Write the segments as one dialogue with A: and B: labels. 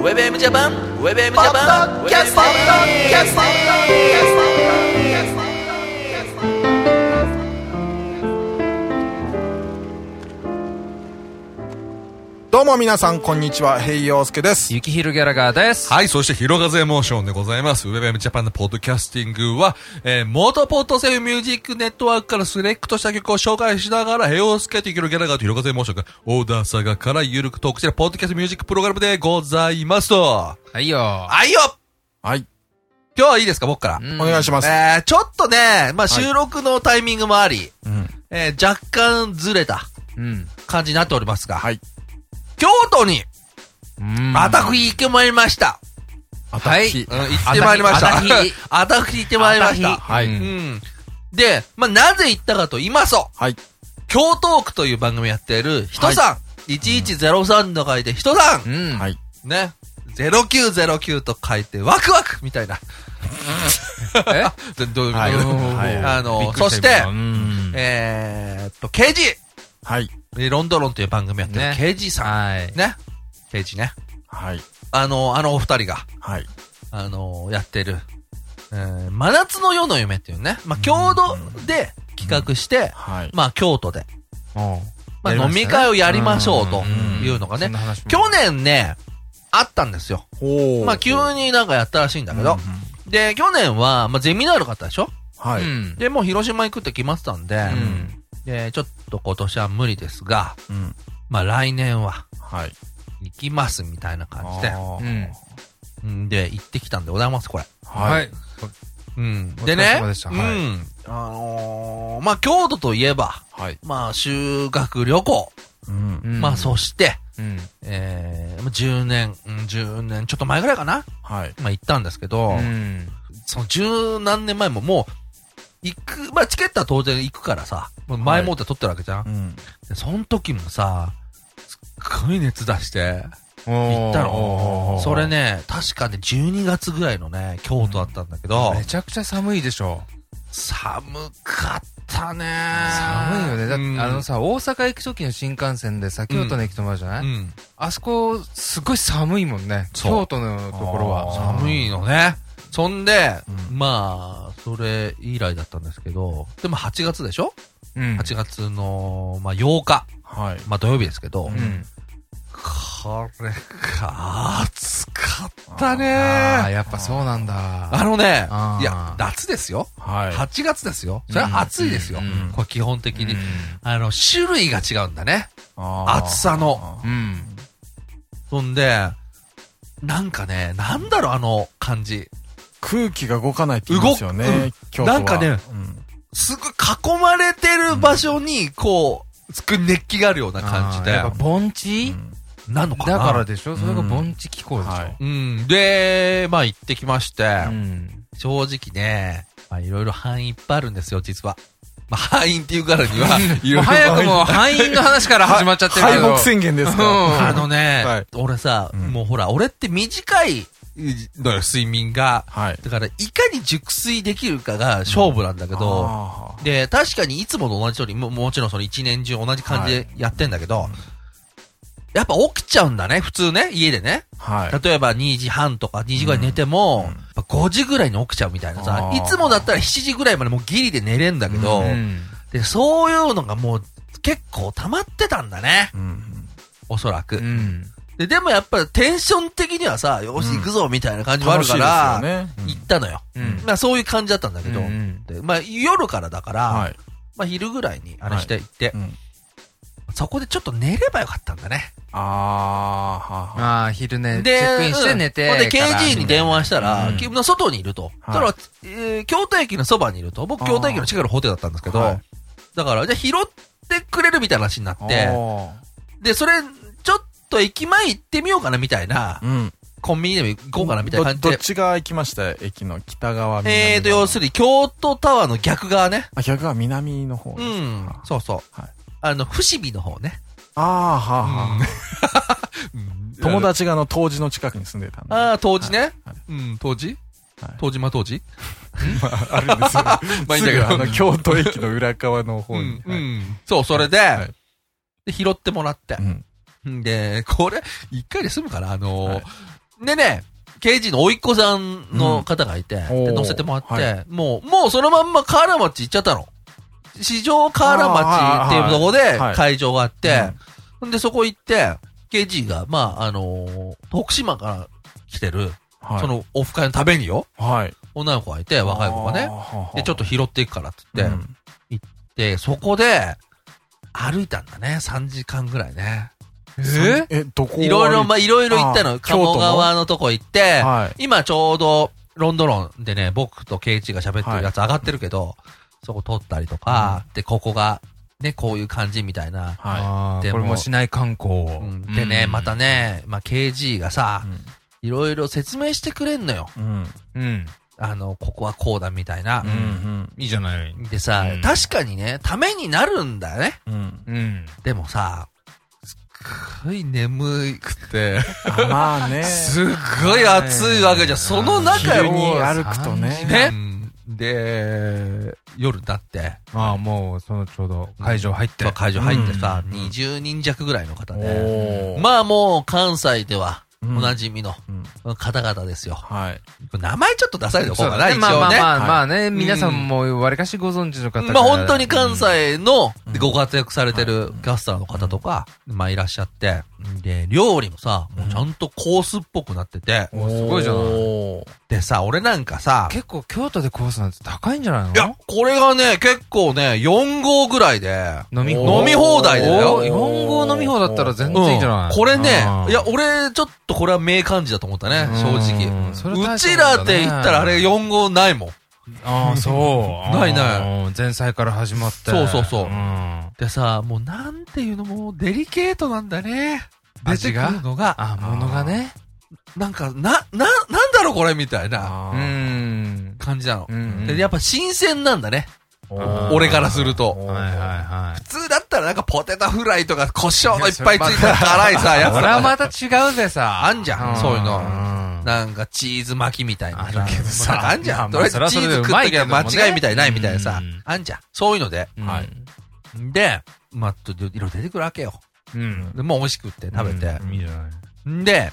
A: WebM ジャパン WebM ジャ
B: ポッ
A: パン
B: ドキャストポッドキャストポッドキャストポッドキャストポッドキャストポッドキャスト
C: どうも皆さん、こんにちは。平洋介です。
D: ゆきひろギャラガーです。
E: はい、そして、ひろがぜエモーションでございます。ウェブ m ジャパンのポッドキャスティングは、えー、元ポッドセーフミュージックネットワークからセレクトした曲を紹介しながら、ヘオスケとイケるギャラガーとひろがぜエモーションが、オーダーサガからゆるくトークしてるポッドキャストミュージックプログラムでございますと。
D: はいよ。
E: はいよ
C: はい。
E: 今日はいいですか、僕から。
C: お願いします。
E: えー、ちょっとね、まあ、収録のタイミングもあり、
C: うん。
E: えー、若干ずれた
D: うん。
E: 感じになっておりますが、
C: はい。
E: 京都に、
D: うん
E: 私行ってまいりました。
D: はい。
E: うん、行ってまいりました。
D: あたひ
E: あたひ行ってまいりました。
C: はい
E: うん。で、まあ、なぜ行ったかと言いますと、
C: はい。
E: 京トークという番組やっている、ひとさん、1103の書いて、ひとさ、
D: うんん。
C: はい。
E: ね、0909と書いて、ワクワクみたいな。
D: え
E: で どういう
C: はい
E: どういう
C: はい
E: あ
D: び
E: の
D: っ、く
E: そ
D: り
E: し
D: した
E: て
D: 今、うん
E: えーっと、ケイジ
C: はい。
E: えロンドロンという番組やってる
D: ね
E: ケイジさ
D: はい
E: ん。。ね。ケイジね。
C: はい。
E: あの、あのお二人が、
C: はい。
E: あの、やってる、えー真夏の夜の夢っていうね、まあ、共同で企画して、
C: はい。
E: まあ、京都で、まあ、
D: やり
E: 飲
D: ましたね
E: み会をやりましょうと
D: ん
E: いうのが
D: そ
E: ね
D: んな話も、
E: 去年ね、あったんですよ。
C: ほ
E: まあ、急になんかやったらしいんだけど、で、去年は、まあ、ゼミナールがあったでしょ
C: は
D: う
C: い。
D: ん。
E: で、もう広島行くって決まってたんで、
D: うん。
E: で、ちょっと今年は無理ですが、
C: うん。
E: まあ、来年は
C: はい。
E: 行きますみたいな感じで、
C: あー
D: うん。
E: うんで、行ってきたんでございます、これ。
C: はい。
D: い。
E: うん。
D: お疲
E: で
D: れ
E: ね、
D: 様でした
E: う
D: はい
E: ん。あのー、まあ、京都といえば、
C: はい。
E: まあ、修学旅行、
C: うん。
E: まあ、
D: う
E: そして、
D: ん。うん。
E: えー、まあ10年、うん10年、ちょっと前ぐらいかな
C: はい。
E: まあ、行ったんですけど、
D: うん。
E: その十何年前ももう、行く、まあ、チケットは当然行くからさ、もう前もって取ってるわけじゃん、
C: うん。
E: でその時もさ、すっごい熱出して、行
D: 行
E: ったの。それ。ね、確かね、12月ぐらいのね、京都だったんだけど、
D: めちゃくちゃ寒いでしょ。
E: 寒かったね
D: 寒いよね。だって、
E: うん
D: あのさ、大阪行く時の新幹線でさ、京都の駅止まるじゃな
E: う
D: い、
E: ん。
D: あそこ、すごい寒いもんね。
E: そう
D: 京都のところは。
E: 寒いのね。そんで、
C: う
E: まあ、それ以来だったんですけど、でも8月でしょ
D: うん。
E: 8月の、まあ、8日、
C: はい。
E: まあ、土曜日ですけど、
D: うん。
E: これか、暑かった
D: ああ、
E: ね
D: やっぱそうなんだ。
E: あのね
D: あ、ー
E: いや、夏ですよ。
C: は
E: 8月ですよ。それは暑いですよ
D: うんうん。
E: これ基本的
D: うん
E: に。あの、種類が違うんだね。
C: い。
E: 暑さの。
C: あー。
D: うん。
E: そんで、なんかね、なんだろう、あの感じ。
C: 空気が動かないって言いますよ
E: 動くう
C: ね。京都
E: な
C: は
E: んかね
C: うん
E: すごい囲まれてる場所に、こう、すごい熱気があるような感じ
D: あー
E: で
D: やっ。ぱ盆地、
E: なのかな
D: だからでしょそれが
C: うん
D: 盆地気候でしょ、
C: はい
E: うん。で、まあ行ってきまして
D: う。ん。
E: 正直ね、まあいろいろ範囲いっぱいあるんですよ、実は。まあ範囲っていうからには、い
D: も
E: ろ
D: う
E: いろ
D: 早く もう敗因の話から始まっちゃってるけ
C: 敗
D: ど。
C: 北宣言ですか
D: うん
E: あのね、
C: はい
E: 俺さ、
C: うん
E: もうほら、俺って短いのよ、睡眠が。
C: はい。
E: だから、いかに熟睡できるかが勝負なんだけど、
C: あ
E: で、確かにいつもと同じように、ももちろんその一年中同じ感じでやってんだけど、やっぱ起きちゃうんだね、普通ね、家でね。
C: ーはい。
E: 例えば2時半とか2時ぐらい寝て
C: うん
E: も、やっぱ5時ぐらいに起きちゃうみたいなさ
C: あ、ー
E: いつもだったら7時ぐらいまでもうギリで寝れんだけど、
D: うん。
E: で、そういうのがもう結構溜まってたんだね、
C: うん。
E: おそらく。
D: うん。
E: で、でもやっぱりテンション的にはさ、よし行くぞみたいな感じもあ
C: 楽
E: る
C: し
E: か
C: いです
E: ら、
C: よね。うん
E: 行ったのよ。
D: うん
E: まあそういう感じだったんだけど、
D: うん
E: でまあ夜からだから、
C: はい。
E: まあ昼ぐらいにあれして行って、
C: うん
E: そこでちょっと寝ればよかったんだね。
C: あー、はは。
D: ああ、昼寝、チェックインして寝て
E: う
D: か
E: ん
D: ら。
E: ほんで、KG に電話したら、
D: うん
E: 君の外にいると。
C: はい
E: ただ、えー京都駅のそばにいると。僕、京都駅の近くのホテルだったんですけど、
C: はい
E: だから、じゃあ拾ってくれるみたいな話になって、
C: おー
E: で、それ、ちょっと駅前行ってみようかなみたいな、
C: うん。
E: コンビニでも行こうかなみたいな感じ
C: どど
E: で
C: っ。ち側行きました駅の北側、南側
E: えーと、要するに、京都タワーの逆側ね。
C: あ、逆は南の方
E: う
C: です。
E: ん。そうそう。
C: はい
E: あの、伏見の方ね。
C: ああ、はあ、はあ。 友達があの、当時の近くに住んでたんで。
E: ああ、当時ね。
C: はい
E: うん、当時
C: はい
E: 当時、まあ当時
C: あるんですよ。
E: まあい いん
C: す
E: だけ
C: ぐ
E: ど
C: あの、京都駅の裏側の方
E: う
C: に
E: ん。
C: は
E: う
C: い
E: ん。そう、それで
C: はい、
E: で拾ってもらって
C: う。ん
E: で、これ、一回で済むかなあのー、でね、刑事の甥いっ子さんの方がいて、
C: うん
E: で乗せてもらって、
C: おー
E: もう、もうそのまんま河原町行っちゃったの。市場河原町っていうとこ
C: あーはい
E: で
C: はい
E: 会場があって、
C: うん
E: ほんでそこ行って、刑事が、まあ、あのー徳島から来てる、
C: はい。
E: そのオフ会のためによ、
C: はい。
E: 女の子がいて、若い子がね。
C: ね
E: で、ちょっと拾っていくからって言って、
C: うん
E: で、そこで、歩いたんだね、3時間ぐらいね。
C: さんえどこを
E: いろいろ、まあ、いろいろ行った
C: あ
E: の。
C: 京都の
E: 鴨川のとこ行って、
C: は
E: 今ちょうど、ロンドロンでね、僕とケイチが喋ってるやつ上がってるけど、そこ撮ったりとか、で、ここが、ね、こういう感じみたいな。
C: は
D: あ
E: で
D: ー
E: も
D: これも市内観光を
E: うんでね、また。ね、まあ、KG がさ
C: い。、
E: いろいろ説明してくれんのよ。
C: うん。
D: うん。
E: あの、ここはこうだみたいな
C: う。ん。
D: いいじゃない。
E: でさ、
D: うん
E: 確かにね、ためになるんだよね。
C: うん。うん。
D: うん。
E: でもさ、すっごい眠くて、
C: あまあね。
E: すっごい暑いわけじゃん。その中
C: 昼
E: よ。
C: に歩くとね。
D: 3
E: ね。で、夜になって、
D: ああ、もう、そのちょうど会場入って。
E: まあ会場入ってさ、
C: うん
E: 20人弱ぐらいの方で、
C: おー。
E: まあもう関西では、お
C: うん
E: なじみの
C: うん
E: 方々ですよ。
C: はい。
E: 名前ちょっと出されておこう
D: そ
E: か
D: うだ
E: な、
D: ね
E: 一応ね。
D: まあまあまあ、
C: はい
D: まあね、皆さんもわりかしご存知の方々
E: まあ本当に関西の
C: うん
E: ご活躍されてるキャスターの方とか、まあいらっしゃって、で、料理もさ、もうちゃんとコースっぽくなってて、
D: おすごいじゃない
C: おー
E: でさ、俺なんかさ、
D: 結構京都でコースなんて高いんじゃないの
E: いや、これがね、結構ね、4号ぐらいで、
D: 飲み
E: 飲み放題だよ
D: おー4号飲み放題だったら全然いいじゃない、
E: これね
D: あ、ー
E: いや、俺、ちょっとこれは名感じだと思ったね、正
D: う
E: 直。
D: んそれは
E: う
D: 大した
E: ち
D: も
E: ら
D: んだね
E: って言ったらあれ4号ないもん。
D: ああ、そ う。
E: ないない
D: い。前菜から始まって。
E: そうそうそう
D: うん。あ、
E: でさ、もうなんていうのもうデリケートなんだね。出て
D: 味
E: く
D: が
E: るのが、
D: ものがね。
E: なんか、な、な、なんだろうこれみたいな
D: う
C: あ
D: ん。
E: 感じなの
D: う。ん。
E: でやっぱ新鮮なんだね。
C: ー
D: あー
E: 俺からすると。
D: はいはいは
E: 普通だったらなんかポテトフライとか胡椒のいっぱいついた辛いさ、
D: い。
E: やつ
D: そ
E: と
D: れは
E: か。
D: また違うぜさ。
E: あんじゃんそういうの
D: ん
E: なんかチーズ巻きみたいな。
D: あるけどさ
E: なんかあんじ
D: ま
E: ゃ
D: あ
E: ん。
D: まあ
E: とりあえず
D: それは
E: チ
D: それ
E: ー
D: で
E: ズ食ったけど
D: うまいけどもね
E: 間違いみたいないみたいなさ
D: うん。
E: あんじゃん。そういうので。
C: はい。
E: で、まあ、といろいろ出てくるわけよ。
D: うん。
E: で、もう美味しくって食べて。
D: うんいいじゃない。
E: ん、で、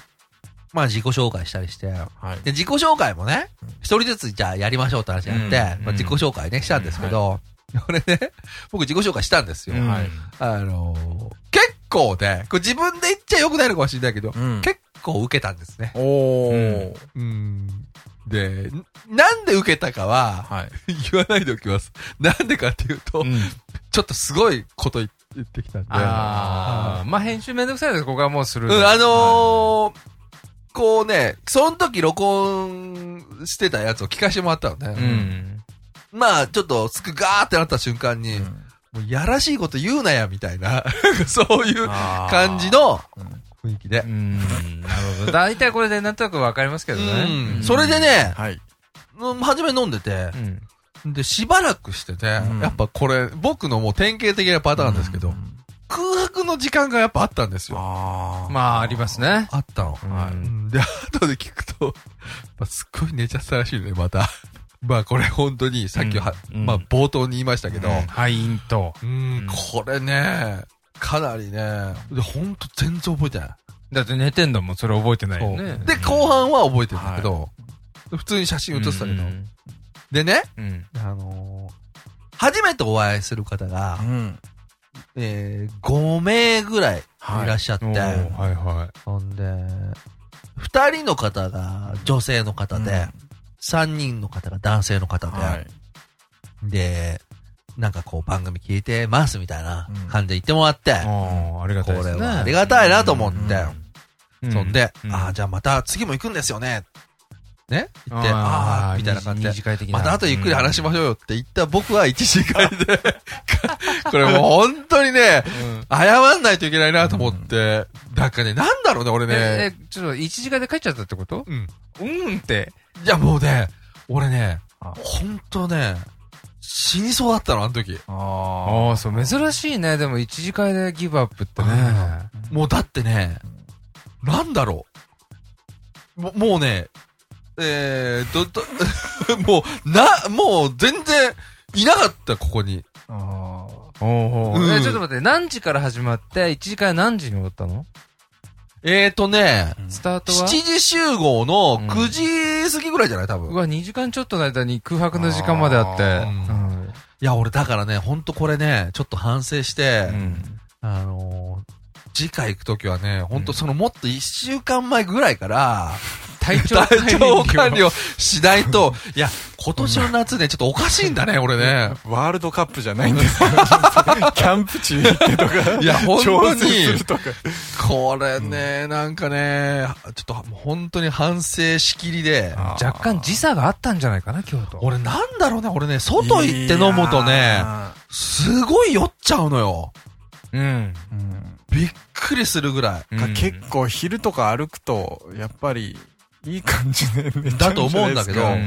E: まあ自己紹介したりして。
C: はい。
E: で、自己紹介もね、一人ずつじゃあやりましょうって話になって、
D: うん
E: まあ自己紹介ね、したんですけど、俺ね、僕自己紹介したんですよ。
C: んはい
E: あのー結構ね、これ自分で言っちゃ良くないのかもしれないけど、
C: うん
E: 結構受けたんですね。
C: お
D: う
C: ー。
E: うん。で、んなんで受けたかは、
C: はい。
E: 言わないでおきます。なんでかっていうと、
D: うん。
E: ちょっとすごいこと言言ってきたんで。
D: ああ、まあ編集めんどくさいです。ここはもうする。
E: うん、あのーこうね、その時録音してたやつを聞かせてもらったの
D: う
E: ね。
D: ん。
E: まあ、ちょっと、すくガーってなった瞬間に、もうやらしいこと言うなや、みたいな、 そういう感
C: 感
E: じの
C: うん
E: 雰囲気で
D: う。ん。なるほど。大体これでなんとなくわかりますけどね。
E: うんそれで、ね、
C: はい。
E: うん初め飲んでて
D: う、ん。
E: で、しばらくしてて、
C: ん
E: やっぱこれ、僕のもう典型的なパターンですけど、空白の時間がやっぱあったんですよ。
C: あー。
D: まあ、ありますね。
E: あったの。
D: は
E: うんで、後で聞くと、 まあ、すっごい寝ちゃったらしいね、また。 まあこれ本当に、さっきは、
D: うん
E: まあ冒頭に言いましたけど、
D: 敗因と。
E: うん、
D: うん
E: これね、かなりね、で、ほんと全然覚えてない。
D: だって寝てんだもん、それ覚えてないよ
E: そう
D: ね。
E: で、後半は覚えてるんだけど、普通に写真写ってたけど、
D: うん
E: でね、
D: うん。
E: あのー初めてお会いする方が
C: う、ん。
E: えー、5名ぐらいいらっしゃって、
D: おーはいは
E: ほんで、2人の方が女性の方で、
C: うん
E: 3人の方が男性の方で、
C: はい。
E: で、なんかこう番組聞いてますみたいな感じで言ってもらって、
D: い。ああ、ありが
E: こ
D: たいです
E: れ
D: ね。
E: はありがたいなと思って、
D: う
E: そんで、
D: うん
E: ああ、じゃあまた次も行くんですよね。ね言って、あ
D: あ
E: あ
D: ー
E: ー、みたいな感じ
D: 二
E: で
D: 次。会的な
E: また後でゆっくり話しましょうよって言った僕は一時間で、これもう本当にね、
D: うん
E: 謝んないといけないなと思って、なんかね、なんだろうね、俺
D: え
E: ね。、
D: えちょっと一時間で帰っちゃったってこと
E: うん。
D: うんって。
E: いやもうね、俺ね、
C: あ
E: 本当ね、死にそうだったの、あの時。
C: あ
D: ああ、そう、珍しいね。でも一時間でギブアップってね。
E: もうだってね、なんだろう。ももうね、えー、ど、ど、 もう、な、もう全然、いなかった、ここに。
C: ー。あー。
D: おーお
E: うん
D: ーえ、ちょっと待って、何時から始まって、一時間何時に終わったの
E: えーとね、
D: スタート
E: 7
D: は
E: 時集合の9時過ぎぐらいじゃない多分。
D: う
E: い
D: わ、2時間ちょっとの間に空白の時間まであって。
E: あーや、俺だからね、ほんとこれね、ちょっと反省して、
D: うんうん
E: あのー次回行くときはね、ほんとそのもっと1週間前ぐらいから、
D: 体調
E: 体調管理
D: を。
E: をしないと、いや、今年の夏ね、ちょっとおかしいんだね、俺ね。
A: ワールドカップじゃないん ですよ。キャンプ地に行ってとか。
E: いや本当に
A: 調整するとか。
E: これね、なんかね、ちょっともう本当に反省しきりで、
D: 若干時差があったんじゃないかな、京都。
E: 俺なんだろうね、俺ね、外行って飲むと
A: い
E: ね、
A: や
E: すごい酔っちゃうのよ。
D: うん。
A: ー。うん
E: びっくりするぐらい。
D: うん
A: 結構昼とか歩くと、やっぱり、いい感じで寝ちゃ
E: だと思うんだけど
A: じゃ
D: う
A: ない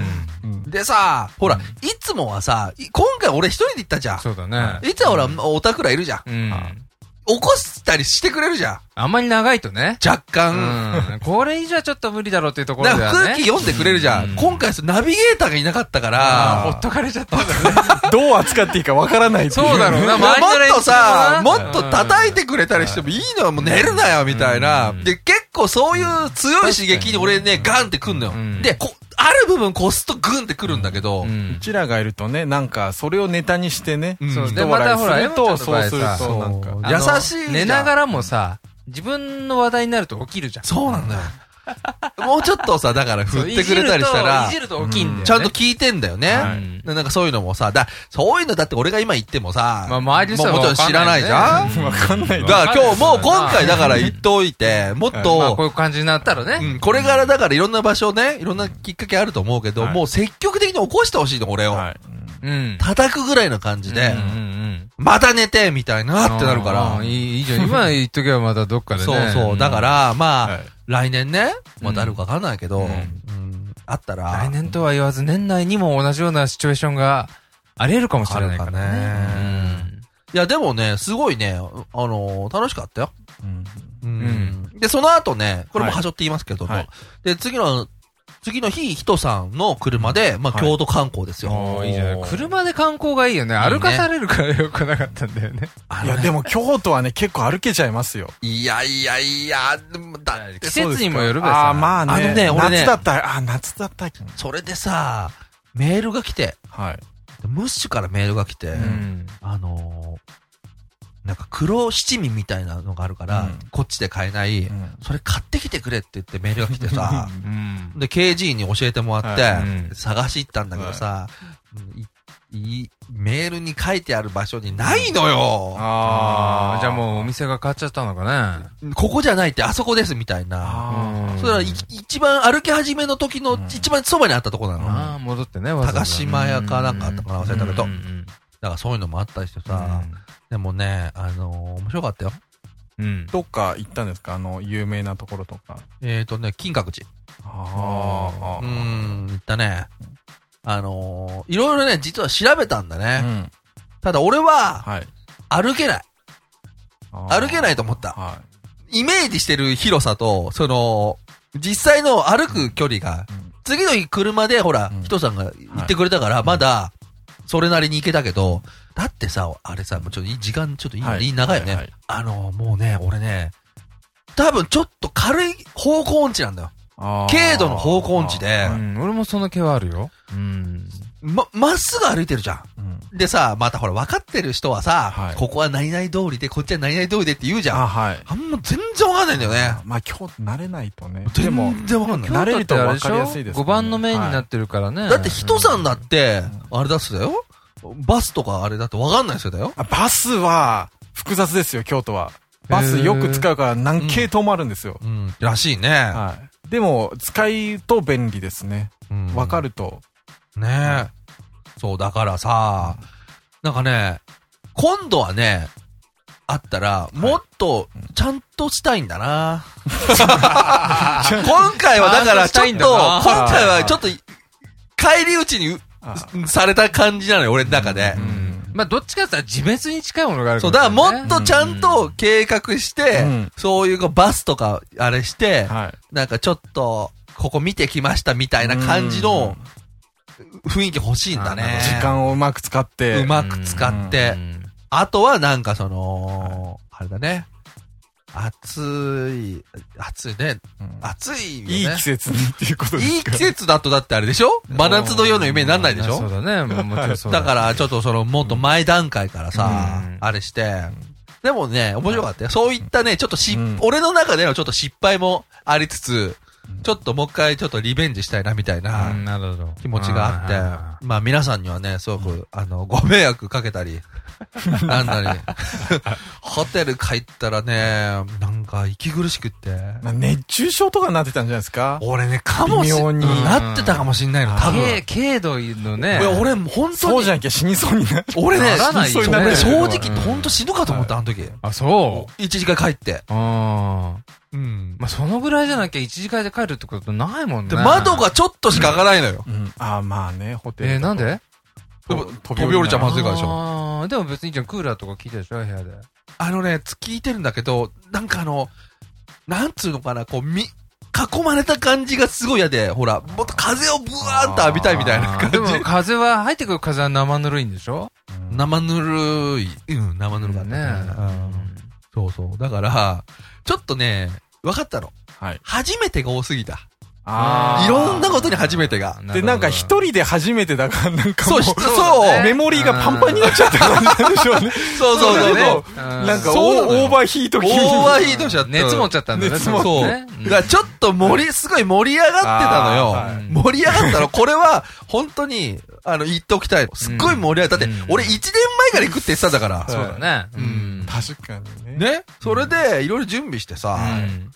D: ん
E: でさ、ほら、
D: うん
E: いつもはさ、い今回俺一人で行ったじゃん。
D: そうだね。
E: いつもほら、おたくらいるじゃん。
D: うん。
E: 起こしたりしてくれるじゃん。
D: あんまり長いとね。
E: 若
D: う
E: 干。
D: ん。これ以上はちょっと無理だろうっていうところ
E: なん
D: で
E: か
D: はね。
E: 空気読んでくれるじゃ
D: うん
E: ん。今回そのナビゲーターがいなかったから、
A: あ
D: ほ
A: ー
D: っとかれちゃったんだね。
A: ですかどう扱っていいかわからないってい
D: そうだろうな、
E: も
D: 周りの連
E: っ
D: 中
E: とさ、もっと叩い
D: て。
E: てくれたりしてもいいのよ、もう寝るなよ、みたいな
D: う。ん
E: で、結構そういう強い刺激に俺ね、ガンってくんのよ
D: うん。
E: で、こある部分こすとグンってくるんだけど
D: う、。
A: うんちらがいるとね、なんか、それをネタにしてね、
E: うん
D: そうで
A: 人
D: ま
A: 笑
D: た
A: い
D: ほ
A: す
D: ら
A: ると、
D: エモちゃんの場合
A: そう
D: さ
A: すると、なんか。
D: あの
E: 優しいじゃん
D: 寝ながらもさ、自分の話題になると起きるじゃん。
E: そうなんだよ。もうちょっとさ、だから振ってくれたりした
D: い
E: ら
D: じ、るといじると起きんだよね。
E: ちゃんと聞いてんだよ
D: は
E: ね
D: い。
E: なんかそういうのもさ、だ、そういうのだって俺が今言ってもさ、
D: まあ周りの人は
E: もうもちろん知らないじゃん
D: わかんな
A: わかん
D: いよね
A: な
E: だ
A: いな
E: から今日もう今回だから
D: ま
E: 言っておいて、もっ
A: はい
D: あ
E: と
D: こう、いう感じになったらね。
E: うん、これからだからいろんな場所ね、いろんなきっかけあると思うけど、
A: はい
E: もう積極的に起こしてほしいの、俺を。
A: はい。
D: うん。
E: 叩くぐらいの感じで、
D: うんうん
E: また寝てみたいなってなるか
D: う
E: ら
D: ん。いい、いいじゃん。今言っとけばまたどっかでね。
E: そうそう。だか
D: ん、
E: ら、まあ、
A: はい
E: 来年ね、またあるかわかんないけど、
D: う
E: うんんあったら。
D: 来年とは言わず年内にも同じようなシチュエーションがあり得るかもし
E: あ
D: れ
E: る
D: ないから
E: か
D: ね。
E: ね。いや、でもね、すごいね、あのー楽しかったよ。
A: う
E: う
A: ん
E: んで、その後ね、これも
A: はい
E: はしょって言いますけども、
A: はい
E: で、次の、次の日、人さんの車で、まあ、
A: はい
E: 京都観光ですよ。
D: もういいじゃ
A: お
D: ん。
A: ー
D: 車で観光がいいよね。歩かされるからよくなかったんだ よね。
A: いや、でも京都はね、結構歩けちゃいますよ。
E: いやいやいや、でもだって
D: 季節にもよるべさ。
A: ああ、まあね。
E: あのね俺ね
A: 夏だったら、あ、夏だったら。
E: それでさ、メールが来て、
A: はい。
E: ムッシュからメールが来て、
D: うん。
E: あのーなんか黒七味みたいなのがあるから、
A: うん
E: こっちで買えない、
A: うん
E: それ買ってきてくれって言ってメールが来て さ、
D: うん。
E: で、KG に教えてもらって、
D: はいうん
E: 探し行ったんだけどさ、いいメールに書いてある場所にないのよ、
D: あ
A: あ
D: あ、じゃあもうお店が変わっちゃったのかね。
E: ここじゃないってあそこですみたいな。
A: あ
D: うん
E: それはい一番歩き始めの時の
A: うん
E: 一番そばにあったとこなの。
D: ああ、戻ってね、わざわざ
E: 高島屋かなんかあったかな忘れたけど
D: うんうんうん
E: だからそういうのもあったりしてさ、でもね、あのー面白かったよ。
D: うんうん
A: ー。どっか行ったんですかあの、有名なところとか。
E: えっ、ー、とね、金閣寺。
A: あ
E: うーん、行ったね。あのーいろいろね、実は調べたんだ
A: あ。う
E: ね。
A: ん。
E: ただ俺は、
A: はい。。
E: 歩けない。歩けないいと思った。
A: は
E: イメージしてる広さと、その、実際の歩く距離が、
A: い。うん
E: 次の日車でほら
A: う、ん
E: 人さんが行ってくれたから、まだ、それなりに行けたけど、だってさ、あれさ、もうちょっといい時間、ちょっといい、
A: はい
E: いい長いよね。
A: はいはい
E: あのーもうね、俺ね、多分ちょっと軽い方向音痴なんだよ。
A: あー
E: 軽度の方向音痴で
A: は
D: う
A: い
D: ん俺もその気はあるよ。うん。
E: ま、まっすぐ歩いてるじゃん。
A: うん
E: でさ、またほら、分かってる人はさ、
A: はい
E: ここは何々通りで、こっちは何々通りでって言うじゃん。
A: あ、
E: あ
A: はい。
E: んま全然分かんないんだよね。
A: まあ、京都慣れないとね。でも、
E: 全然分かんない。
A: 慣れると
D: だって
A: 分か
D: あ
A: りやすいですね
D: 5番の面になってるからね。
E: だって人さんだ
D: っ
E: って、あれだっすだよ。バスとかあれだって分かんないっすだよ。
A: あバスは、複雑ですよ、京都は。バスよく使うから何系統もあるんですよ。
E: うん、らしいね。
A: はい。でも、使いと便利ですね。
E: うん
A: わかると。
E: ねえ。そう、だからさ、なんかね、今度はね、あったら、もっと、ちゃんとしたいんだな。今回はだから、ちょっと、
D: ちゃんとしたいん
E: 今
D: だな
E: 回はちょっと、帰り討ちに
A: あ
E: うされた感じなのよ、俺の中で
A: う。ん
D: まあ、どっちかって言ったら自滅に近いものがある
E: そう、だ
D: ら
E: から
D: ね
E: もっとちゃんと計画して
A: うん、
E: そういうこうバスとか、あれして、
A: はい。
E: なんかちょっと、ここ見てきましたみたいな感じの雰囲気欲しいんだね。
A: 時間をうまく使って。
E: うまく使っ
D: う
E: て、
D: ん
E: あとはなんかその、あれだね。暑い、暑いね。暑いよね。
A: いい季節にっていうことですか
E: いい季節だとだってあれでしょ真夏のような夢になんないでし
D: そう
E: ょ
D: だね。もうもちろんそう
E: だ
D: だ。
E: から、ちょっとその、もっと前段階からさ
D: うん、
E: あれして、でもね、面白かったよ。そういったね、ちょっとし
A: うん、
E: 俺の中でのちょっと失敗もありつつ、ちょっともう一回ちょっとリベンジしたいなみたいな
D: うんなるほど。
E: 気持ちがあって、まあ皆さんにはね、すごく、あの、ご迷惑かけたり、なんなり、ホテル帰ったらね、なんか息苦しくって、
A: まあ熱中症とかになってたんじゃないですか
E: 俺ね、かもし
A: 微妙に
E: なってたかもしんないの、多
D: あー。
E: 分。
D: け軽度の
E: い
D: ね。
E: や、俺、本
A: そ
E: 当
A: うじ
E: に、
A: ゃなきゃ死にそうに なる。
E: 俺ね、
D: ならないよね
E: そう俺正
D: うん
E: 直、本当死ぬかと思った、あの時。
D: あ、そう。
E: 一時間帰って。
D: ああ。
E: うん。
D: まあ、そのぐらいじゃなきゃ一時間で帰るってことないもんね。
E: で、窓がちょっとしか開かないのよ。
A: うんああ、まあね、ホテル。
D: えー、なん
A: で
D: で
E: 飛び降りちゃまずいからでしょ。
D: あーでも別にいいじゃん、クーラーとか効いてるでしょ、部屋で。
E: あのね、聞いてるんだけど、なんかあの、なんつうのかな、こう、み、囲まれた感じがすごい嫌で、ほら、もっと風をブワーンと浴びたいみたいな感
D: でも
E: じ。
D: 風は、入ってくる風は生ぬるいんでしょ
E: 生ぬるい。うん、生ぬるかった
D: う
E: う
D: ん
E: んそうそう。だから、ちょっとね、分かったの。
A: はい。
E: 初めてが多すぎた。
A: ああ。
E: いろんなことに初めてが。
A: で、なんか
D: 人
A: 一人で初めてだから、なんかも
E: そう、
A: う、
E: そう、
D: うだね
A: メモリーがパンパンになっちゃった感じなんでしょうね。
E: そうそうそうそう。
D: な
A: なんか
E: そうな
A: オ
E: のよ
A: ー、オーバーヒート気味
E: 大ワイドしちゃった。
D: 熱持っちゃったんだね。
A: 熱
E: そう
A: 持っ
D: そ
E: そうう。
D: ね
E: だからちょっと盛り、すごい盛り上がってた
A: あ
E: のよ。
D: ー
E: 盛り上がったの。これは、本当に、あの、言っておきたい。すっごい盛り上がった。だって
D: う、ん
E: 俺1年前から行くって言ってたんだから。
D: そうだね。うん。
A: 確かにね。
E: ね。それで、いろいろ準備してさ、
D: うん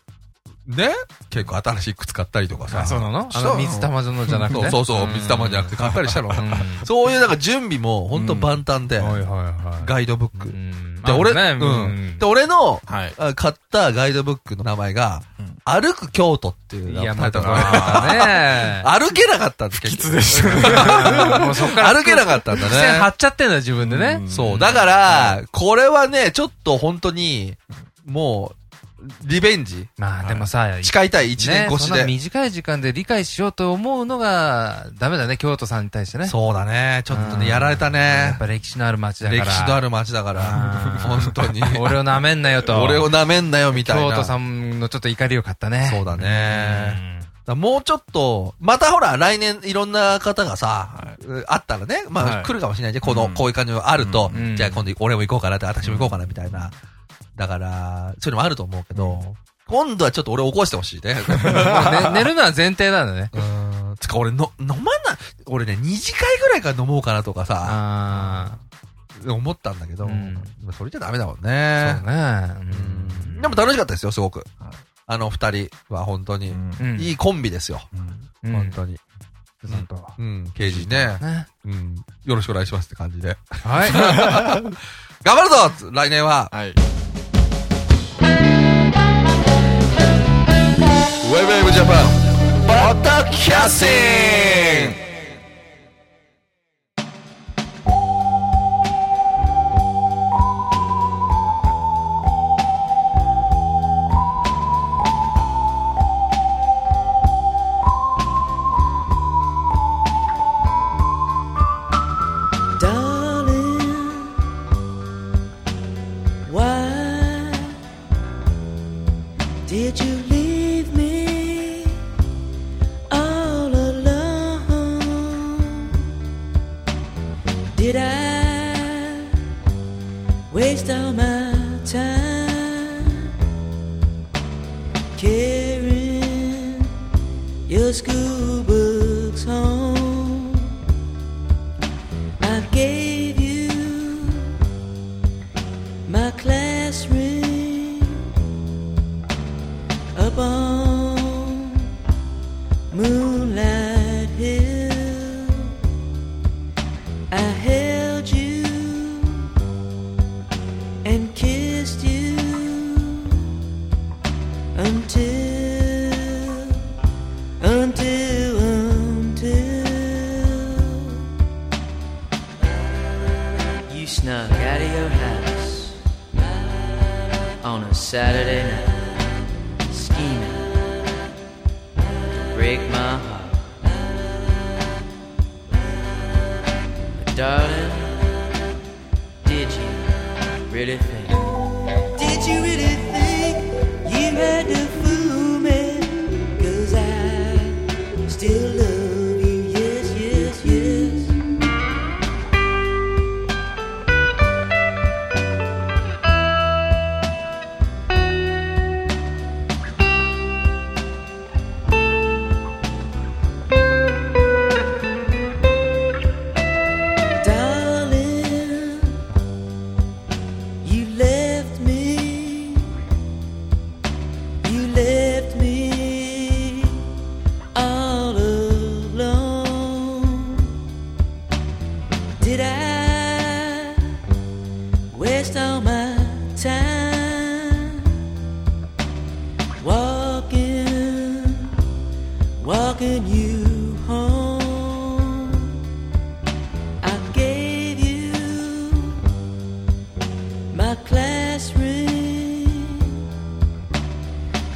E: ね。結構新しい靴買ったりとかさ。
D: あ、そうなの
E: し
D: あ
E: たの
D: の、水玉のじゃなく
E: そう
D: て。
E: そうそう、水玉じゃなくて買ったりしたの。
D: うん。は
E: そういうなんか準備も、本当万端で、
D: いはいはい。
E: ガイドブック。
D: うん
E: で、俺、
D: あ
E: う
D: のね
E: ん。で、俺の、
A: はい。
E: あ買ったガイドブックの名前が、
A: うん
E: 歩く京都っていう
D: い
E: の
D: や、
E: が
D: ま
E: 書いて
D: た
E: あ
D: こ
E: る
D: れは ね。
E: 歩けなかったんです
A: き
E: 結
A: つ
E: 局
A: でしたね。
D: もうそっから。
E: 歩けなかったん
D: 付箋貼
E: だね。
D: っちゃってんだ、自分でね。
E: そう。だから、これはね、ちょっと本当に、もう、リベンジ
D: まあ、でもさ、
E: 誓いたい、一年
D: ね
E: 越し
D: そんな
E: で。
D: 短い時間で理解しようと思うのが、ダメだね、京都さんに対してね。
E: そうだね。ちょっとね、やられた
D: や
E: ね
D: っ。ぱ歴史のある街だから。
E: 歴史のある街だから。
D: うん
E: 本当に。
D: 俺を舐めんなよと。
E: 俺を舐めんなよ、みたいな。
D: 京都さんのちょっと怒りを買ったね。
E: そうだ
D: う
E: ね。
D: ん
E: だからもうちょっと、またほら、来年いろんな方がさ
A: は、
E: うあったらね、まあ、
A: はい
E: 来るかもしれないじゃん。この、
A: うん
E: こういう感じがあると、
D: うん
E: じゃあ今度俺も行こうかなって、私も行こうかなみたいな。だから、そういうのもあると思うけど、今度はちょっと俺起こしてほしい ね。
D: もうね寝るのは前提なんだね。
E: うーん。つか俺の、飲まない、俺ね、二次会ぐらいから飲もうかなとか
D: À,
E: さ、
D: あ
E: 思ったんだけど、
D: うん
E: それじゃダメだもん
D: あ。
E: ね
D: そう。ね。
E: うんでも楽しかったですよ、すごく
A: はい。
E: あの二人は本当に。
D: うんうん
E: いいコンビですよ。
D: うん
E: 本当に。
A: うん
E: うん、刑事ね。
D: ね
E: うん。よろしくお願いしますって感じで。
D: はい。
E: 頑張るぞ来年は、
A: は
E: ウ
A: い。
E: ェブウェブジャパン、ポッドキャスティング
F: Did I waste all my time carrying your school books home? I gave you my class ring up on Moonlight Hill. I held you and kissed you until, until, until you snuck out of your house on a Saturday night, scheming to break my heart. Darling, did you really think? Did you really think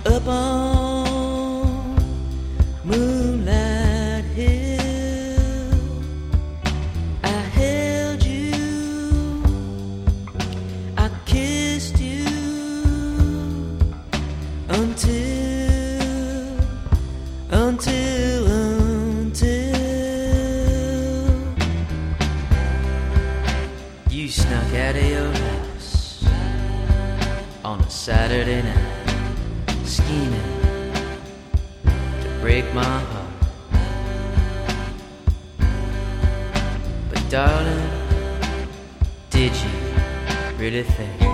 F: up on Moonlight Hill. I held you, I kissed you until, until, until you snuck out of your house on a Saturday night, scheming to break my heart. But darling, did you really think